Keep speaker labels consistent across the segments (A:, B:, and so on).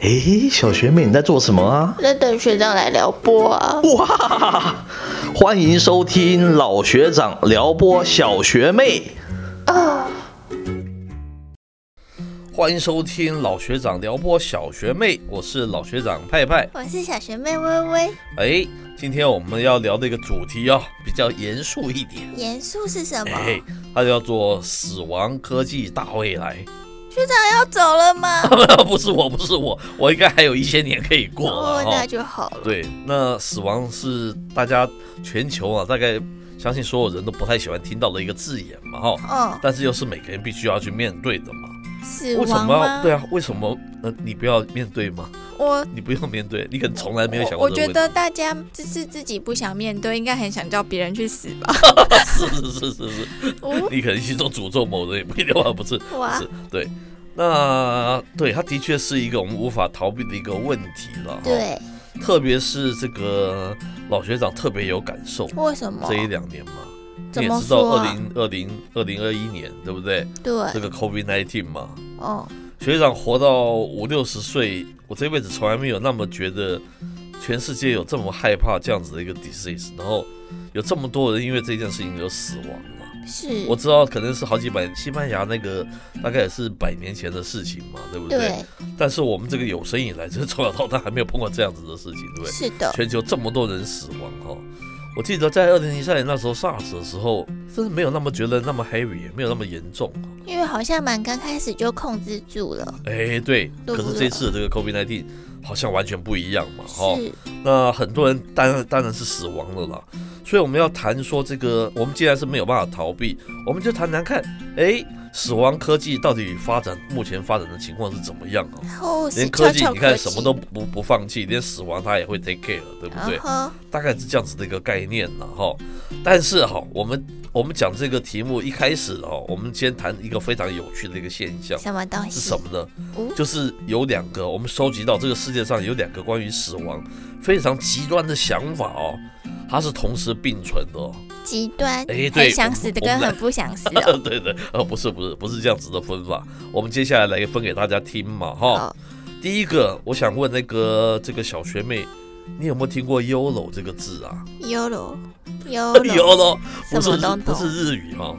A: 诶，小学妹你在做什么啊？
B: 在等学长来撩拨啊。
A: 哇，欢迎收听老学长撩拨小学妹。欢迎收听老学长撩拨小学妹，我是老学长派派。
B: 我是小学妹微微，
A: 哎，今天我们要聊的一个主题哦，比较严肃一点。
B: 严肃是什么？
A: 哎，它叫做“死亡科技大未来。
B: 学长要走了吗？”
A: 不是我，不是我，我应该还有一些年可以过了、
B: 哦
A: 哦，。
B: 那就好了。
A: 对，那死亡是大家全球啊，大概相信所有人都不太喜欢听到的一个字眼嘛，哈。
B: 嗯，
A: 但是又是每个人必须要去面对的嘛。
B: 死
A: 为什
B: 亡
A: 么
B: 吗？
A: 要？对啊，为什么？呃，你不要面对吗？
B: 我
A: 你不用面对，你可能从来没有想
B: 我
A: 过
B: 我
A: 这
B: 觉
A: 个问题。
B: 得大家就是自己不想面对，应该很想叫别人去死吧？
A: 是 是是是 是，
B: 哦
A: 你可能心中诅咒某人也不一定啊，不是
B: 哇，
A: 是，对。那对，它的确是一个我们无法逃避的一个问题了。哈，
B: 对，
A: 特别是这个老学长特别有感受，
B: 为什么
A: 这？一两年嘛，
B: 怎
A: 你也
B: 么
A: 知道
B: 说
A: 二
B: 啊呃
A: 零二零二零二一年对不对？
B: 对，
A: 这个 COVID nineteen 嘛，
B: 哦，
A: 学长活到五六十岁，我这辈子从来没有那么觉得全世界有这么害怕这样子的一个 disease，然后有这么多人因为这件事情有死亡嘛。
B: 是，
A: 我知道可能是好几百，西班牙那个大概也是百年前的事情嘛，对不对？
B: 对，
A: 但是我们这个有生以来，就是从小到大还没有碰过这样子的事情，对不对？
B: 是的，
A: 全球这么多人死亡哈、哦。我记得在二零一三年那时候 SARS 的时候，真的没有那么觉得那么 heavy，也没有那么严重。
B: 因为好像蛮刚开始就控制住了，
A: 哎，对，
B: 对
A: 可
B: 不
A: 是
B: 对
A: 这次的这个 COVID-19 好像完全不一样嘛，哈、
B: 是，
A: 那很多人当然当然是死亡了啦，所以我们要谈说这个，我们既然是没有办法逃避，我们就谈谈看，哎，死亡科技到底发展目前发展的情况是怎么样哦？
B: 然后是
A: 连科技
B: 悄悄
A: 你看
B: 科
A: 什么
B: 技啊
A: 都不不放弃，连死亡它也会 take care，对不对
B: 然？后
A: 大概是这样子的一个概念了哈。但是哈，我们我们讲这个题目一开始哦，我们先谈一个非常有趣的一个现象
B: 什么东西？
A: 是什么呢？
B: 哦
A: 就是有两个我们收集到这个世界上有两个关于死亡非常极端的想法哦，它是同时并存的、哦。
B: 极端，
A: 哎对
B: 很想死的
A: 我
B: 跟
A: 们来
B: 很不想死哦 的。
A: 对对，呃，不是不是不是这样子的分法，我们接下来来分给大家听嘛哈
B: 好。
A: 第一个，我想问那个这个小学妹，你有没有听过 “yolo” 这个字啊
B: Yolo Yolo
A: ？yolo 哎不
B: 什
A: 是
B: 么
A: 日
B: 都
A: 不
B: 懂，
A: 是日语吗？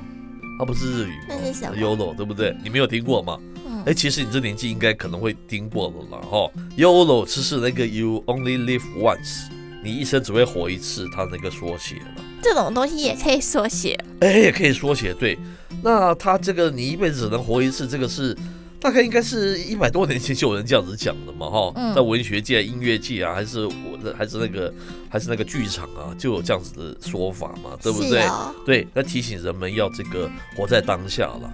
A: 它不是日语吗？
B: 那是什么
A: Yolo 对不对？你没有听过吗？
B: 嗯
A: 哎、其实你这年纪应该可能会听过了啦哈。Yolo 其实那个 You Only Live Once，你一生只会活一次，它那个缩写了。
B: 这种东西也可以缩写，
A: 哎、也可以缩写对。那它这个你一辈子只能活一次，这个是大概应该是一百多年前就有人这样子讲的嘛哈。
B: 嗯
A: 在文学界、音乐界啊，还是我还是那个还是那个剧场啊，就有这样子的说法嘛，对不
B: 是
A: 对？
B: 哦
A: 对，那提醒人们要这个活在当下了。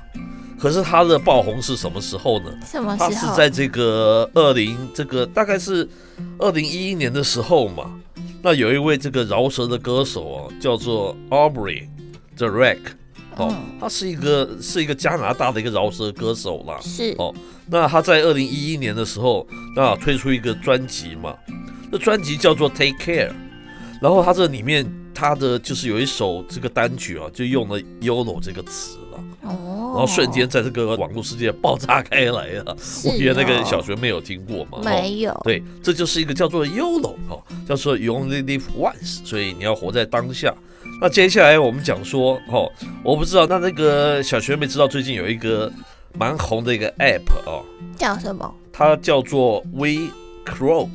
A: 可是他的爆红是什么时候呢？
B: 什么
A: 他
B: 时
A: 是
B: 候？
A: 在这个二零这个大概是二零一一年的时候嘛。那有一位这个饶舌的歌手哦，叫做 Aubrey The Rack，哦，
B: 嗯
A: 他是一个是一个加拿大的一个饶舌歌手啦。
B: 是
A: 哦那他在二零一一年的时候，那推出一个专辑嘛，那专辑叫做《Take Care》，然后他这里面他的就是有一首这个单曲啊，就用了 “yolo” 这个词了，
B: 哦，
A: 然后瞬间在这个网络世界爆炸开来了。
B: 是
A: 我觉得那个
B: 哦
A: 小学妹有听过嘛？哦
B: 没有
A: 对，这就是一个叫做 “yolo” 哈、哦，叫做 “you only live once”，所以你要活在当下。那接下来我们讲说哦，我不知道，那那个小学妹知道最近有一个蛮红的一个 app 哦，
B: 叫什么
A: 它叫做 We Croak，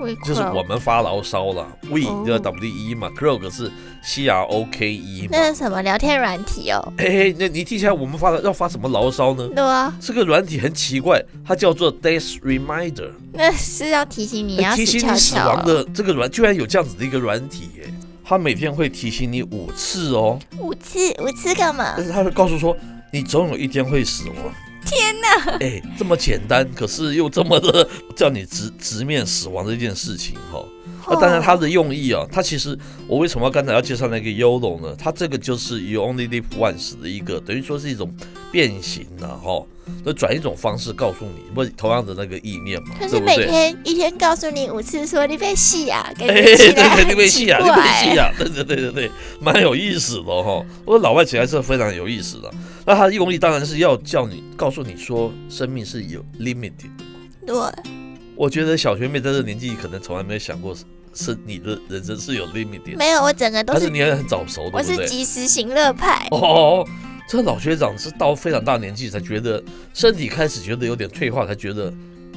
B: ？We
A: 就是我
B: Crow，
A: 们发牢骚了。We
B: 哦
A: 叫 W E 嘛，Croak 是 C R O K E 嘛。
B: 那是什么聊天软体哦？
A: 嘿嘿，那你听起来我们发的要发什么牢骚呢？
B: 对啊，
A: 这个软体很奇怪，它叫做 Death Reminder，
B: 那是要提醒你要
A: 哎提
B: 死
A: 醒
B: 翘
A: 你死
B: 翘
A: 亡
B: 哦，
A: 的这个软，居然有这样子的一个软体耶！它每天会提醒你五次哦，
B: 五次五次干嘛
A: 但？是它会告诉说你总有一天会死亡。天哪！哎，这么简单，可是又这么的叫你直直面死亡这件事情哈、哦。那当然，它的用意啊，它其实我为什么要刚才要介绍那个 YOLO 呢？它这个就是 You Only Live Once 的一个，等于说是一种变形了、啊、哈。那转一种方式告诉你，不是同样的那个意念嘛，
B: 可
A: 对
B: 是
A: 不
B: 每
A: 对？
B: 天一天告诉你五次，说你被戏啊，感
A: 哎，
B: 觉起
A: 对
B: 来
A: 对，你
B: 很
A: 被
B: 奇
A: 戏啊，你被戏
B: 怪。
A: 啊， 对对对对对，蛮有意思的哈、哦。我老外起来是非常有意思的。那它的用意当然是要叫你告诉你说，生命是有 limited 的。
B: 对，
A: 我觉得小学妹在这个年纪可能从来没有想过是是你的人生是有 limit 的，
C: 没有，我整个都
A: 但
C: 是
A: 嗯是你也很早熟，对
C: 我
A: 不
C: 是
A: 对？
C: 及时行乐派。
A: 哦，这老学长是到非常大年纪才觉得身体开始觉得有点退化，才觉得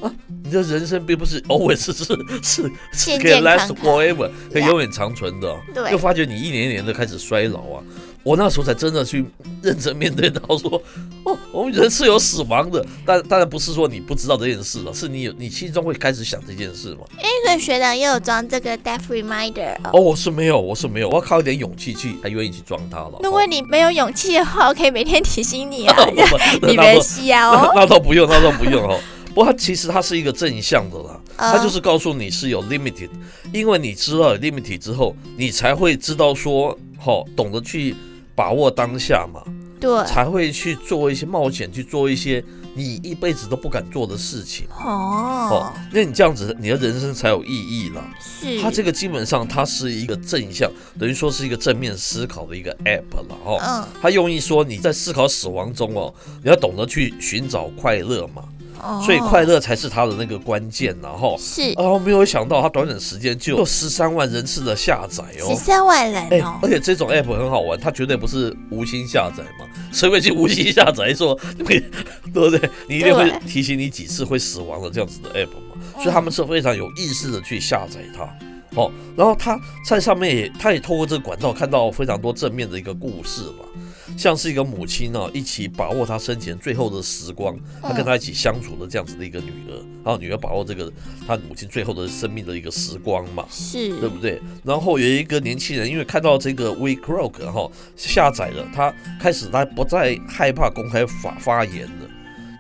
A: 啊，你的人生并不是 always 是是是
C: 健
A: 可以
C: 健
A: last
C: 康康
A: forever，可以
C: Yeah
A: 永远长存的哦、
C: 对
A: 又发觉你一年一年的开始衰老啊。我那时候才真的去认真面对到说， 哦，我们人是有死亡的，但当然不是说你不知道这件事了，是你有你心中会开始想这件事嘛。
C: 那个学长也有装这个 death reminder
A: 哦，
C: 哦。
A: 我是没有，我是没有，我要靠一点勇气去，才愿意去装它了。
B: 如果你没有勇气的话，我可以每天提醒 你啊，
A: 哦 那
B: 你
A: 那
B: 别
A: 不
B: 吸啊
A: 那
B: 哦。
A: 那倒不用，那倒不用哦。不过它其实它是一个正向的啦，它
C: 哦
A: 就是告诉你是有 limited，因为你知道有 limited 之后，你才会知道说，好、懂得去把握当下嘛，
C: 对，
A: 才会去做一些冒险，去做一些你一辈子都不敢做的事情哦
C: 哦，。
A: 那你这样子，你的人生才有意义啦。
C: 是
A: 它这个基本上它是一个正向，等于说是一个正面思考的一个 app 了哦。
C: 嗯
A: 它用意说你在思考死亡中哦，你要懂得去寻找快乐嘛。
C: 哦，
A: 所以快哎乐才是他的那个关键，然后，
C: 是
A: 然后没有想到他短短时间就十三万人次的下载
C: 十
A: 哦。
C: 三万人
A: 哎
C: 哦，
A: 而且这种 app 很好玩，它绝对不是无心下载嘛，谁会去无心下载说，对不对？你一定会
C: 对
A: 提醒你几次会死亡的这样子的 app 嘛，
C: 嗯
A: 所以他哦们是非常有意识的去下载它。哦，然后他在上面也，他也透过这个管道看到非常多正面的一个故事嘛，像是一个母亲呢、一起把握她生前最后的时光，她跟她一起相处的这样子的一个女儿，然后女儿把握这个她母亲最后的生命的一个时光嘛，
C: 嗯是
A: 对不对？然后有一个年轻人，因为看到这个 We Croak 哈、下载了，他开始他不再害怕公开发发言了，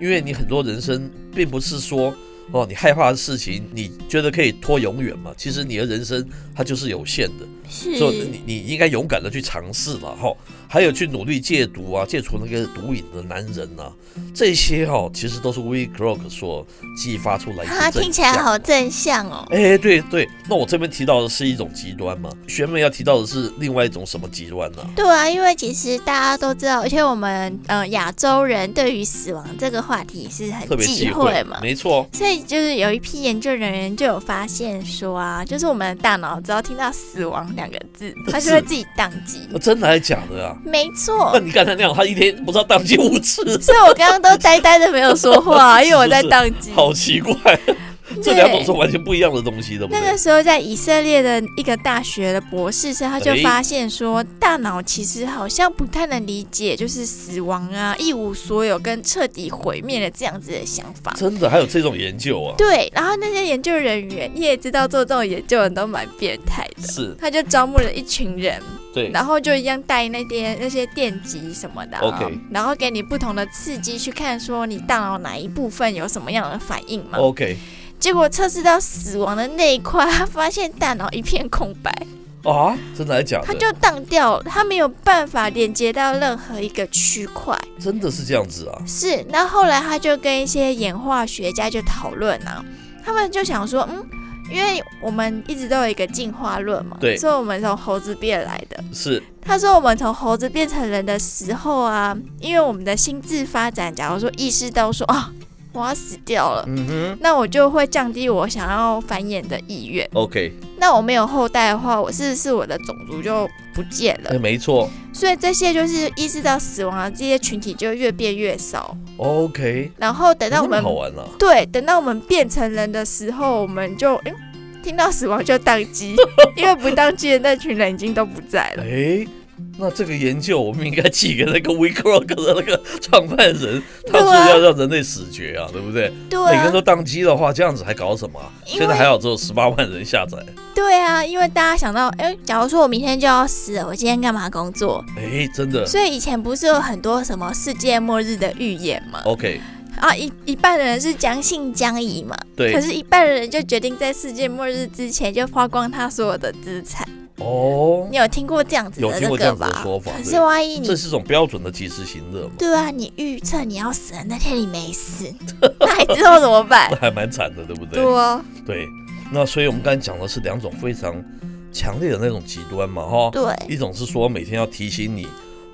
A: 因为你很多人生并不是说哦你害怕的事情，你觉得可以拖永远嘛？其实你的人生它就是有限的，所以
C: 是
A: 你你应该勇敢的去尝试了哈、还有去努力戒毒啊，戒除那个毒瘾的男人啊，这些哈、其实都是 We Croak 所激发出来的正
C: 啊，
A: 向。
C: 听起来好正向哦。
A: 哎，对对，那我这边提到的是一种极端嘛，学妹要提到的是另外一种什么极端呢、
C: 对啊，因为其实大家都知道，而且我们呃亚洲人对于死亡这个话题是很
A: 特别
C: 哎忌
A: 忌
C: 讳
A: 讳
C: 嘛，
A: 没错，
C: 所以就是有一批研究人员就有发现说啊，就是我们的大脑只要听到“死亡”两个 字，它就会自己宕机。
A: 那真的还是假的啊？
C: 没错
A: 那，你刚才那样，他一天不知道宕机五次，
C: 所以我刚刚都呆呆的没有说 话，啊因为我在
A: 是
C: 宕机。
A: 好奇怪， 这两种是完全不一样的东西，对不
C: 那个
A: 对？
C: 时候在以色列的一个大学的博士生，他就
A: 哎
C: 发现说，大脑其实好像不太能理解，就是死亡啊、一无所有跟彻底毁灭的这样子的想法。
A: 真的还有这种研究啊？
C: 对，然后那些研究人员，你也知道做这种研究的人都蛮变态的，
A: 是，
C: 他就招募了一群人，
A: 对，
C: 然后就一样带那些那些电极什么的、啊
A: OK
C: 然后给你不同的刺激去看，说你大脑哪一部分有什么样的反应嘛。
A: OK，
C: 结果测试到死亡的那一块，他发现大脑一片空白，
A: 啊，真的还是假
C: 他
A: 的？
C: 就荡掉，他没有办法连接到任何一个区块。
A: 真的是这样子啊？
C: 是，那后来他就跟一些演化学家就讨论啊，他们就想说，嗯，因为我们一直都有一个进化论嘛，
A: 对
C: 所以我们从猴子变来的。
A: 是
C: 他说，我们从猴子变成人的时候啊，因为我们的心智发展，假如说意识到说啊，我要死掉了，
A: 嗯哼
C: 那我就会降低我想要繁衍的意愿。
A: ，OK，
C: 那我没有后代的话，我是不是我的种族就不见了
A: 哎，？没错
C: 所以这些就是意识到死亡的这些群体就越变越少。
A: ，OK，
C: 然后等哎到我
A: 真的
C: 们
A: 好玩啊？
C: 对，等到我们变成人的时候，我们就诶听到死亡就宕 机，因为不宕机的那群人已经都不在了。
A: 哎，那这个研究我们应该寄给那个 We Croak 的那个创办人，他说要让人类死绝啊，对不对？
C: 啊对
A: 每个人
C: 啊，
A: 都宕机的话，这样子还搞什么啊？
C: 因为
A: 现在还好只有十八万人下载，
C: 对啊，因为大家想到，哎，假如说我明天就要死了，我今天干嘛工作？
A: 哎，真的。
C: 所以以前不是有很多什么世界末日的预言吗？
A: OK，
C: 啊，一一半的人是将信将疑嘛，可
A: 对，
C: 是，一半的人就决定在世界末日之前就花光他所有的资产。
A: 哦，
C: 你有听过这样子
A: 有
C: 的
A: 听
C: 那
A: 过这
C: 个
A: 样子
C: 吧
A: 的？说法
C: 可
A: 对
C: 是万一你
A: 这是一种标准的及时行乐嘛，
C: 对啊，你预测你要死的那天你 没死，那还之后怎么办
A: 那？还蛮惨的，对不 对？
C: 啊，
A: 对，那所以我们刚才讲的是两种非常强烈的那种极端嘛，哈，
C: 对，
A: 一种是说每天要提醒你，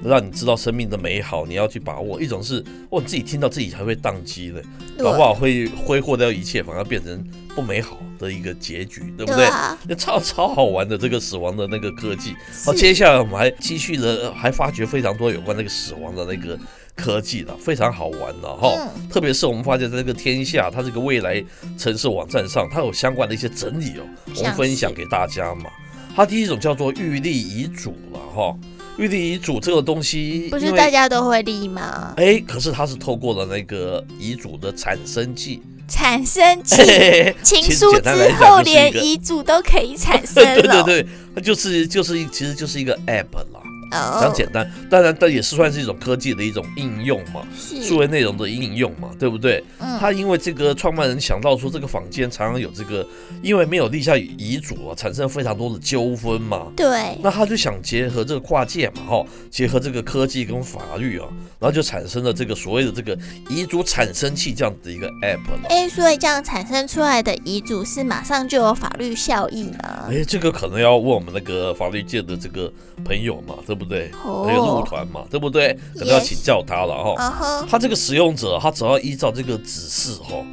A: 让你知道生命的美好，你要去把握；一种是哦，你自己听到自己还会宕机的，
C: 对
A: 搞不好会挥霍掉一切，反而变成不美好的一个结局，对不对？
C: 对啊，
A: 那超超好玩的这个死亡的那个科技，好，接下来我们还继续了，呃还发掘非常多有关那个死亡的那个科技的，非常好玩的哈。
C: 嗯
A: 特别是我们发现在这个天下，它这个未来城市网站上，它有相关的一些整理哦，我
C: 像
A: 们
C: 是
A: 分享给大家嘛。它第一种叫做预立遗嘱了哈，预立遗嘱这个东西，
C: 不
A: 因
C: 是
A: 为
C: 大家都会立吗？
A: 哎，可是它是透过了那个遗嘱的产生器，
C: 产 生
A: 嘿
C: 器，
A: 嘿嘿
C: 情
A: 其实
C: 书
A: 简单来
C: 之
A: 讲
C: 后
A: 就是一
C: 连
A: 个
C: 遗嘱都可以产生
A: 对
C: 了。
A: 对对，它就是就是一其实就是一个 app 啦，非常
C: 哦，
A: 简单。当然，但也是算是一种科技的一种应用嘛，数
C: 是，
A: 位内容的应用嘛，对不对？
C: 嗯，
A: 他因为这个创办人想到说，这个坊间常常有这个，因为没有立下遗嘱啊，产生非常多的纠纷嘛。
C: 对，
A: 那他就想结合这个跨界嘛，哈，结合这个科技跟法律啊，然后就产生了这个所谓的这个遗嘱产生器这样的一个 app 了。
C: 哎，所以这样产生出来的遗嘱是马上就有法律效益吗？
A: 哎，这个可能要问我们那个法律界的这个朋友嘛，对不对？
C: 哦
A: 那个陆团嘛，对不对？可能要请教他了哈。
C: 嗯哼，
A: 他这个使用者，他只要依照这个指示哦，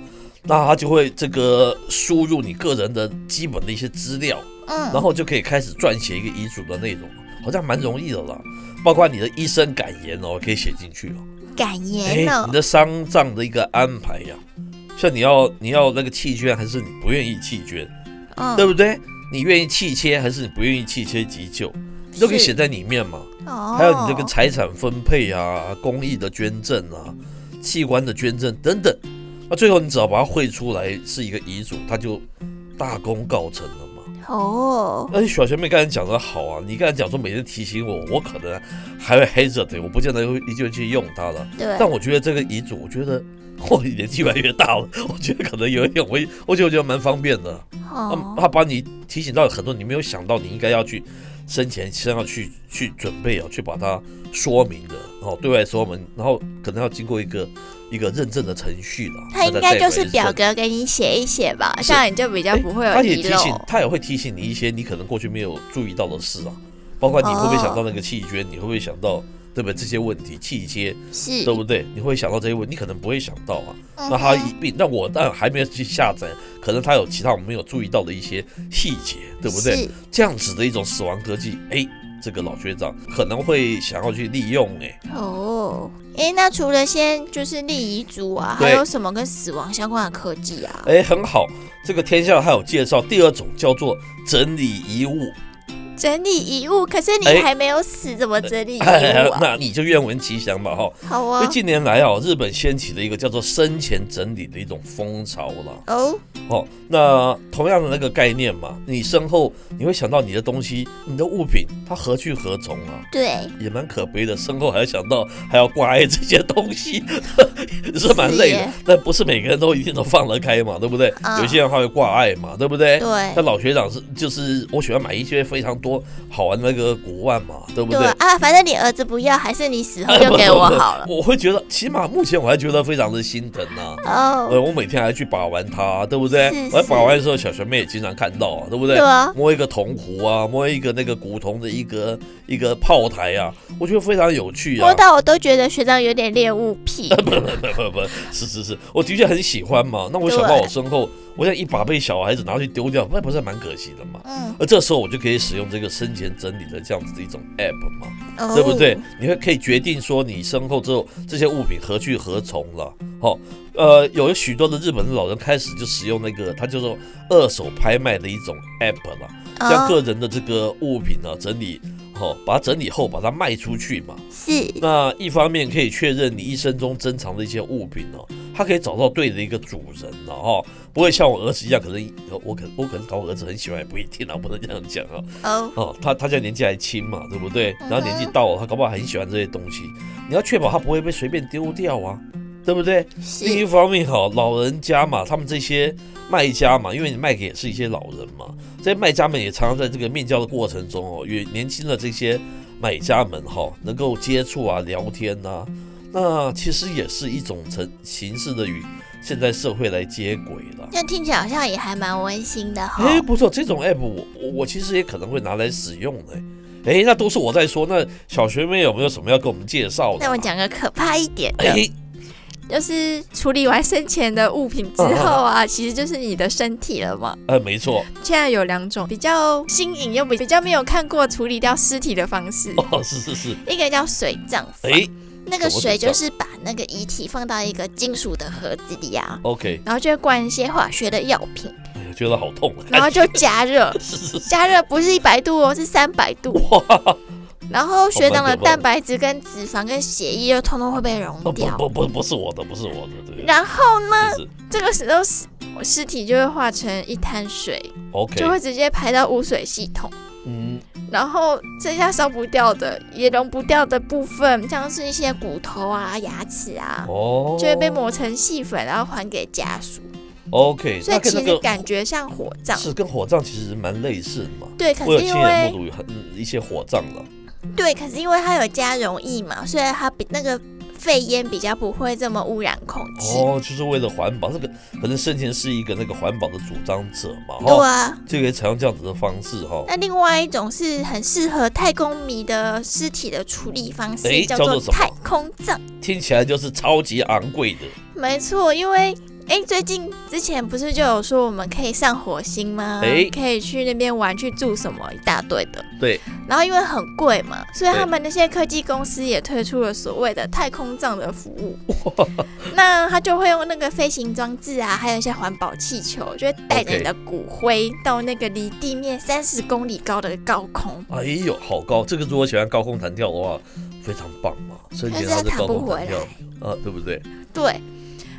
A: 那他就会这个输入你个人的基本的一些资料，
C: 嗯，
A: 然后就可以开始撰写一个遗嘱的内容，好像蛮容易的啦。包括你的医生感言哦，可以写进去哦。
C: 感
A: 哎
C: 言哦
A: 你，的丧葬的一个安排呀、像你要你要那个弃捐，还是你不愿意弃捐，对
C: 嗯，
A: 不对？你愿意弃切，还是你不愿意弃切急救，你都可以
C: 是
A: 写在里面嘛。
C: 哦，
A: 还有你这个财产分配啊、公益的捐赠啊、器官的捐赠等等。那最后你只要把它绘出来是一个遗嘱，它就大功告成了嘛。
C: 哦，
A: 而且小学妹刚才讲的好啊，你刚才讲说每天提醒我，我可能还会 hesitate，我不见得会一定会去用它了。
C: 对，
A: 但我觉得这个遗嘱，我觉得我年纪越来越大了，我觉得可能有一点我也，我觉得我觉得蛮方便的。他
C: 哦，
A: 他把你提醒到很多你没有想到，你应该要去生前先要去去准备哦，去把它说明的，哦，对外说明，然后可能要经过一个一个认证的程序了。
C: 他嗯应
A: 再
C: 该
A: 带
C: 就
A: 回
C: 是
A: 去
C: 表格给你写一写吧，这样你就比较
A: 哎
C: 不会有
A: 他也
C: 遗
A: 提醒
C: 漏，。
A: 他也会提醒你一些你可能过去没有注意到的事啊，包括你会不会想到那个弃捐，你会不会想到对不对这些问题弃接，
C: 是，
A: 对不对？你会想到这些问题，你可能不会想到啊。
C: 嗯
A: 那他
C: 哼
A: 一并，那我但还没有去下载，可能他有其他我们没有注意到的一些细节，对不对？
C: 是
A: 这样子的一种死亡科技，哎，这个老学长可能会想要去利用，哎，
C: 哦，哎，那除了先就是立遗嘱啊，
A: 对
C: 还有什么跟死亡相关的科技啊？
A: 哎，很好。这个天下还有介绍，第二种叫做整理遗物，
C: 整理遗物，可是你
A: 哎
C: 还没有死，怎么整理遗
A: 哎
C: 物，啊？
A: 那你就愿闻其详吧，哈。
C: 好
A: 因
C: 啊
A: 为，近年来哦，日本掀起了一个叫做生前整理的一种风潮了，
C: 哦，
A: 哦，那同样的那个概念嘛，你身后你会想到你的东西，你的物品，它何去何从啊？
C: 对，
A: 也蛮可悲的，身后还要想到还要挂碍这些东西， 是蛮累
C: 是
A: 的
C: 耶。
A: 但不是每个人都一定都放得开嘛，对不对？
C: 嗯
A: 有些人还会挂碍嘛，对不对？
C: 对
A: 那。老学长是就是我喜欢买一些非常多好玩的那个古玩嘛，对不
C: 对
A: 对？
C: 啊，反正你儿子不要，还是你死后就给 我好了。
A: 我会觉得，起码目前我还觉得非常的心疼呐、呃，
C: 哦，
A: 我每天还去把玩它，对不对
C: 是？是
A: 我在把玩的时候，小学妹也经常看到啊，对不对？
C: 对啊，
A: 摸一个铜壶啊，摸一个那个古铜的一个一个炮台啊，我觉得非常有趣啊。
C: 摸到我都觉得学长有点恋物癖。
A: 不不不，是是是，我的确很喜欢嘛。那我想到我身后，我想一把被小孩子拿去丢掉，那不是蛮可惜的嘛？
C: 嗯，
A: 而这时候我就可以使用这个生前整理的这样子的一种 app 嘛，
C: 哦
A: 对不对？？你会可以决定说你身后之后这些物品何去何从了。哦，呃，有许多的日本的老人开始就使用那个，它叫做二手拍卖的一种 app 了，将
C: 哦，
A: 个人的这个物品呢、整理，哦，把它整理后把它卖出去嘛。
C: 是
A: 那一方面可以确认你一生中珍藏的一些物品哦，它可以找到对的一个主人了哦，不会像我儿子一样，可能呃我可我可能搞我儿子很喜欢也不一定啊，不能这样讲啊。
C: 哦，
A: 哦，他他现在年纪还轻嘛，对不对？
C: 嗯哼
A: 然后年纪到了，他搞不好很喜欢这些东西，你要确保他不会被随便丢掉啊，对不对？另一
C: 是
A: 方面哈，老人家嘛，他们这些卖家嘛，因为你卖给也是一些老人嘛，这些卖家们也常常在这个面交的过程中哦，与年轻的这些买家们哈、能够接触啊、聊天呐、那其实也是一种成形式的与现在社会来接轨了。
C: 这样听起来好像也还蛮温馨的哈。
A: 哎，不错，这种 app 我我我其实也可能会拿来使用的。哎，那都是我在说，那小学妹有没有什么要跟我们介绍的？啊
C: 那我，讲个可怕一点的，
A: 哎，
C: 就是处理完生前的物品之后
A: 嗯
C: 啊，其实就是你的身体了嘛。
A: 呃，没错，
C: 现在有两种比较新颖又比比较没有看过处理掉尸体的方式，
A: 哦，是是是，
C: 一个叫水葬法。
A: 哎
C: 那个
A: 什么
C: 水
A: 水葬
C: 就是把那个遗体放到一个金属的盒子里啊，
A: ，OK，
C: 然后就会灌一些化学的药品，
A: 哎呦觉得好痛，哎
C: 然后就 加热，
A: 是是是，
C: 加热不是一百度哦，是三百度。
A: 哇，
C: 然后血糖
A: 好蛮
C: 的
A: 可怕的
C: 蛋白质、跟脂肪、跟血液又通通会被溶
A: 不
C: 掉。
A: 哦不不不是我的，不是我的，对，
C: 然后呢，
A: 是是
C: 这个时候尸尸体就会化成一滩水，
A: ，OK，
C: 就会直接排到污水系统。
A: 嗯，
C: 然后剩下烧不掉的、也溶不掉的部分，像是一些骨头啊、牙齿啊，
A: 哦，
C: 就会被磨成细粉，然后还给家属。
A: ，OK，
C: 所以
A: 那
C: 其
A: 跟那
C: 实
A: 个
C: 感觉像火葬，
A: 是跟火葬其实蛮类似的嘛。
C: 对，可
A: 我有
C: 是
A: 亲
C: 因
A: 眼
C: 为
A: 目睹很嗯一些火葬了，
C: 对，可是因为它有加溶液嘛，所以它比那个肺烟比较不会这么污染空气。
A: 哦，就是为了环保，这个可能生前是一个那个环保的主张者嘛，
C: 对
A: 哈，
C: 啊，
A: 就可以采用这样子的方式哈。
C: 那另外一种是很适合太空迷的尸体的处理方式，
A: 诶
C: 叫
A: 叫
C: 做
A: 做什么
C: 太空葬。
A: 听起来就是超级昂贵的，
C: 没错，因为哎、诶最近之前不是就有说我们可以上火星吗？
A: 诶
C: 可以去那边玩，去住什么一大堆的。
A: 对。
C: 然后因为很贵嘛，所以
A: 对
C: 他们那些科技公司也推出了所谓的太空葬的服 务。那他就会用那个飞行装置啊，还有一些环保气球，就会带着
A: OK
C: 你的骨灰到那个离地面三十公里高的高空。
A: 哎呦，好高！这个如果喜欢高空弹跳的话，非常棒嘛，生前他
C: 但是他
A: 高空
C: 弹不回
A: 弹跳，啊，对不对？
C: 对，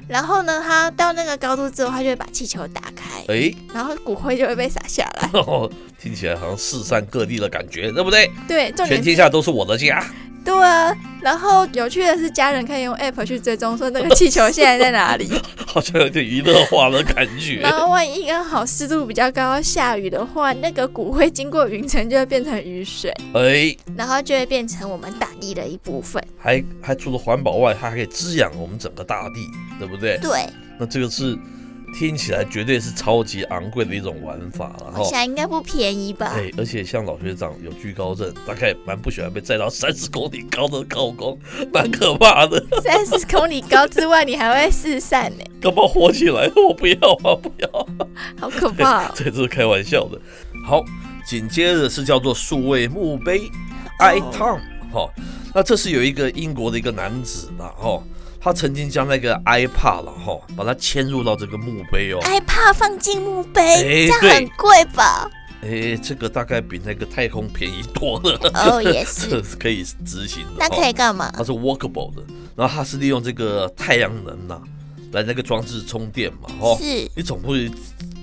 C: 然后呢，他到那个高度之后，他就会把气球打开，
A: 哎，
C: 然后骨灰就会被洒下来。
A: 听起来好像四散各地的感觉，对不对？
C: 对，重
A: 全
C: 点是
A: 天下都是我的家。
C: 对啊。然后有趣的是，家人可以用 app 去追踪说那个气球现在在哪里。
A: 好像有点娱乐化的感觉
C: 然。后万一刚好湿度比较高，下雨的话，那个骨灰经过云层就会变成雨水，
A: 哎，
C: 然后就会变成我们大地的一部分。
A: 还还除了环保外，它还可以滋养我们整个大地，对不对？
C: 对，
A: 那这个是听起来绝对是超级昂贵的一种玩法了哈。
C: 我想应该不便宜吧？
A: 哎，而且像老学长有惧高症，大概蛮不喜欢被载到三十公里高的高空，蛮可怕的。
C: 三十公里高之外，你还会四散呢，
A: 干嘛火起来？我不要啊，不要！
C: 好可
A: 。
C: 怕、哦
A: 这这是开玩笑的。好，紧接着是叫做数位墓
C: 哦
A: 碑 i t o m 哈、那这是有一个英国的一个男子啦，哈、他曾经将那个 iPad 了哈、把它嵌入到这个墓碑哦，
C: 害怕放进墓
A: 哎
C: 碑，这
A: 对
C: 样很贵吧？
A: 诶，这个大概比那个太空便宜多了，
C: 哦，也是。
A: 这 是可以执行的。
C: 那可
A: 以，
C: 以干嘛？
A: 它是 workable 的，然后它是利用这个太阳能呐、来那个装置充电嘛，哈、
C: 是
A: 你总不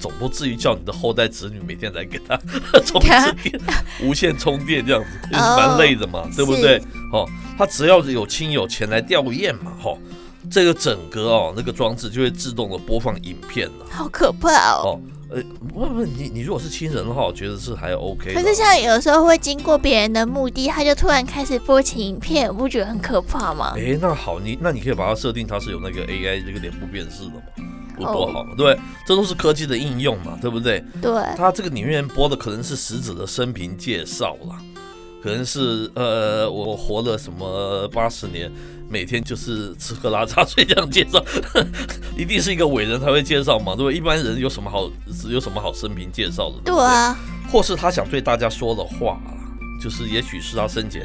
A: 总不至于叫你的后代子女每天来给他 充电、无线充电这样 子，也是
C: 哦
A: 蛮累的嘛，对不对？哦，他只要有亲友前来吊唁嘛，哦，这个整个哦那个装置就会自动的播放影片了。
C: 好可怕哦。
A: 哦，呃，不不，你你如果是亲人的话，我觉得是还 OK 的。
C: 可是像有时候会经过别人的墓地，他就突然开始播起影片，不觉得很可怕吗？
A: 哎，那好，你那你可以把它设定它是有那个 AI 这个脸部辨识的嘛，不
C: 哦
A: 多好嘛，对不对？这都是科技的应用嘛，对不对？
C: 对，
A: 他这个里面播的可能是死者的生平介绍啦，可能是呃，我活了什么八十年，每天就是吃喝拉撒睡这样介绍， 一定是一个伟人才会介绍嘛，对不对？一般人有什么好有什么好生平介绍的？
C: 对
A: 不
C: 啊，
A: 或是他想对大家说的话啦，就是也许是他生前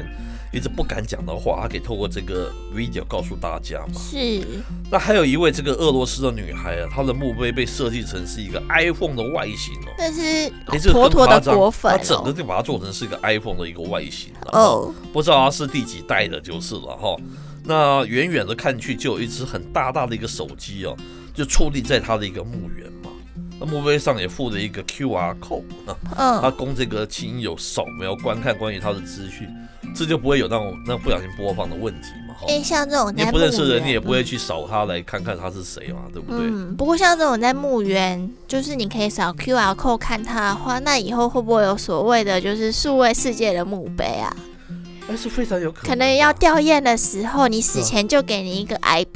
A: 一直不敢讲的话，他可以透过这个 video 告诉大家嘛。
C: 是
A: 那还有一位这个俄罗斯的女孩啊，她的墓碑被设计成是一个 iPhone 的外形哦。
C: 但是
A: 哎这个
C: 妥
A: 更
C: 妥的
A: 夸张
C: 果
A: 它
C: 粉
A: 整个
C: 哦
A: 就把它做成是一个 iPhone 的一个外形了
C: 哦，
A: 不知道它是第几代的，就是了哈。那远远的看去，就有一只很大大的一个手机哦，就矗立在它的一个墓园嘛。那墓碑上也附了一个 QR code，啊它
C: 嗯，
A: 供这个亲友扫描观看关于它的资讯，这就不会有那种那不小心播放的问题嘛哈。
C: 哎，像这种
A: 你
C: 在
A: 不认识人，
C: 墓园
A: 你也不会去扫它来看看他是谁嘛，对不对？
C: 嗯，不过像这种在墓园，就是你可以扫 QR code 看它的话，那以后会不会有所谓的就是数位世界的墓碑啊？
A: 但是非常有可能的，
C: 可能要吊唁的时候，你
A: 是
C: 死
A: 啊
C: 前就给你一个 IP，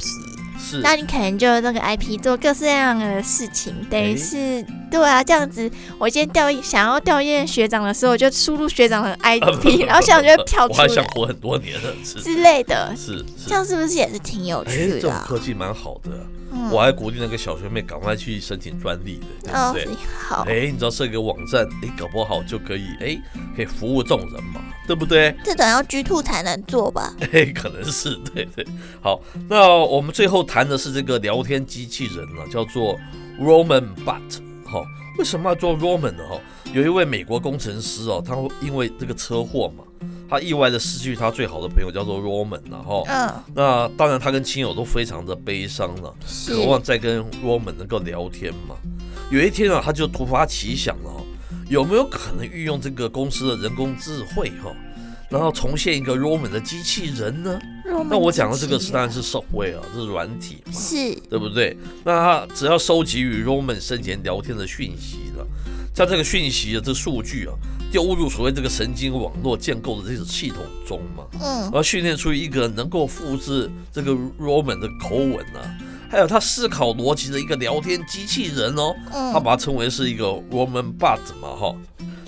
A: 是
C: 那你可能就那个 IP 做各式各样的事情，等
A: 诶
C: 于是对啊，这样子。我今天调研想要调研学长的时候，我就输入学长 的 IP，然后学长就会跳
A: 我
C: 出
A: 还想
C: 来
A: 活很多年了，是
C: 之类的，
A: 是
C: 这
A: 是。
C: 样是啊不是也是挺有
A: 哎，
C: 趣
A: 这
C: 的
A: 种
C: 啊、
A: 科技蛮好的，
C: 嗯
A: 我还鼓励那个小学妹赶快去申请专利的，
C: 哦
A: 对不对？，
C: 好，
A: 哎，你知道设个网站，哎，搞不好就可以，哎，可以服务众人嘛，对不对？
C: 这种要 G two 才能做吧？
A: 嘿，可能是对对。好，那我们最后谈的是这个聊天机器人呢、叫做 Roman Bot、好，为什么要做 Roman 呢？哈，有一位美国工程师哦，他会因为这个车祸嘛，他意外的失去他最好的朋友，叫做 Roman，然后。
C: 嗯，
A: 那当然，他跟亲友都非常的悲伤了，
C: 是
A: 渴望再跟 Roman 能够聊天嘛。有一天啊，他就突发奇想了、哦，有没有可能运用这个公司的人工智慧哈、哦，然后重现一个 Roman 的机器人呢？那我讲的这个是当然是 software 啊，这是软体嘛，
C: 是
A: 对不对？那他只要收集与 Roman 生前聊天的讯息了，将这个讯息的这数据啊，丢入所谓这个神经网络建构的这种系统中嘛。
C: 嗯，
A: 而训练出一个能够复制这个 Roman 的口吻啊，还有他思考逻辑的一个聊天机器人哦，
C: 嗯
A: 他把它称为是一个 Roman Bot 嘛哈。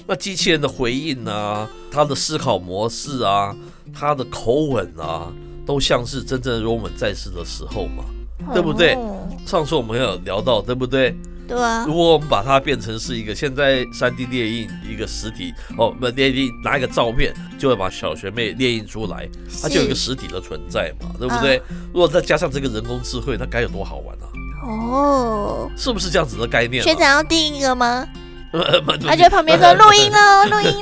A: 那机器人的回应啊，他的思考模式啊，他的口吻啊，都像是真正 Roman 在世的时候嘛。对不对
C: 哦
A: 上次我们有聊到，对不对？
C: 对啊
A: 如，果我们把它变成是一个现在三 D 列印一个实体哦，不列印拿一个照片，就会把小学妹列印出来，它就有一个
C: 是
A: 实体的存在
C: 嗯
A: 嘛，对不对？如果再加上这个人工智慧，那该有多好玩啊！
C: 哦。
A: 是不是这样子的概念、啊？
C: 学 长要定一个吗？他
A: 而
C: 就在旁边说录音啊喽，录音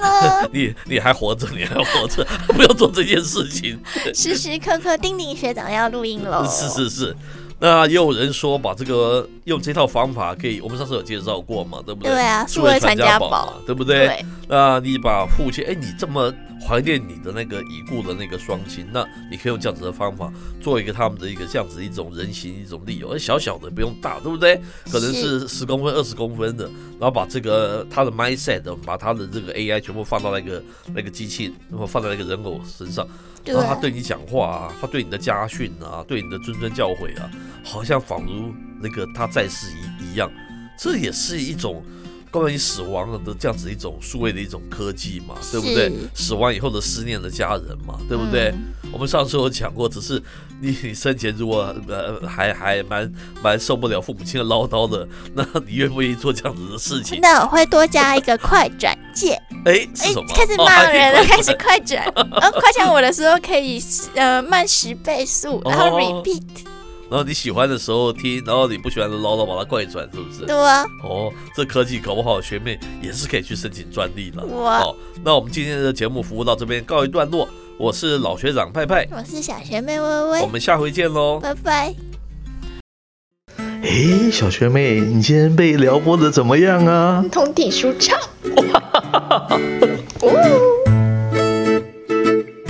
C: 喽，
A: 你你还活着，你还活着， 不要做这件事情。
C: 时时刻刻叮咛学长要录音喽。
A: 是，是是。那也有人说，把这个用这套方法可以，我们上次有介绍过嘛，对不对？
C: 对啊
A: 数
C: 数
A: 位
C: 位
A: 传
C: 传
A: 家
C: 家
A: 宝
C: 宝
A: 嘛，对不对？
C: 对，
A: 那你把父亲，哎，你这么怀念你的那个已故的那个双亲，那你可以用这样子的方法做一个他们的一个这样子一种人形一种利用，而小小的不用大，对不对？可能是十公分、二十公分的，然后把这个他的 mindset，把他的这个 AI 全部放到那个那个机器，然后放在那个人偶身上，
C: 对
A: 然后他对你讲话啊，他对你的家训啊，对你的谆谆教诲啊，好像仿如那个他在世一一样，这也是一种关于死亡的这样子一种数位的一种科技嘛，对不对
C: 是？
A: 死亡以后的思念的家人嘛，对不对？
C: 嗯
A: 我们上次有讲过，只是你你生前如果呃还还蛮蛮受不了父母亲的唠叨的，那你愿不愿意做这样子的事情？
C: 那我会多加一个快转键，
A: 哎，是
C: 哎
A: 什么？，
C: 开始
A: 哦
C: 骂 人了，
A: 哎
C: 开始快转。呃，快想我的时候可以呃慢十倍速，然后
A: 哦
C: repeat，
A: 然后你喜欢的时候听，然后你不喜欢的唠叨，把它怪转，是不是？
C: 对啊，
A: 哦，这科技搞不好学妹也是可以去申请专利了。
C: 哇
A: 好，那我们今天的节目服务到这边告一段落，我是老学长派派，
C: 我是小学妹微
A: 我
C: 微，
A: 们下回见喽。
C: 哎拜拜。
D: 诶，小学妹，你今天被撩拨的怎么样啊？
E: 通体舒畅。哦。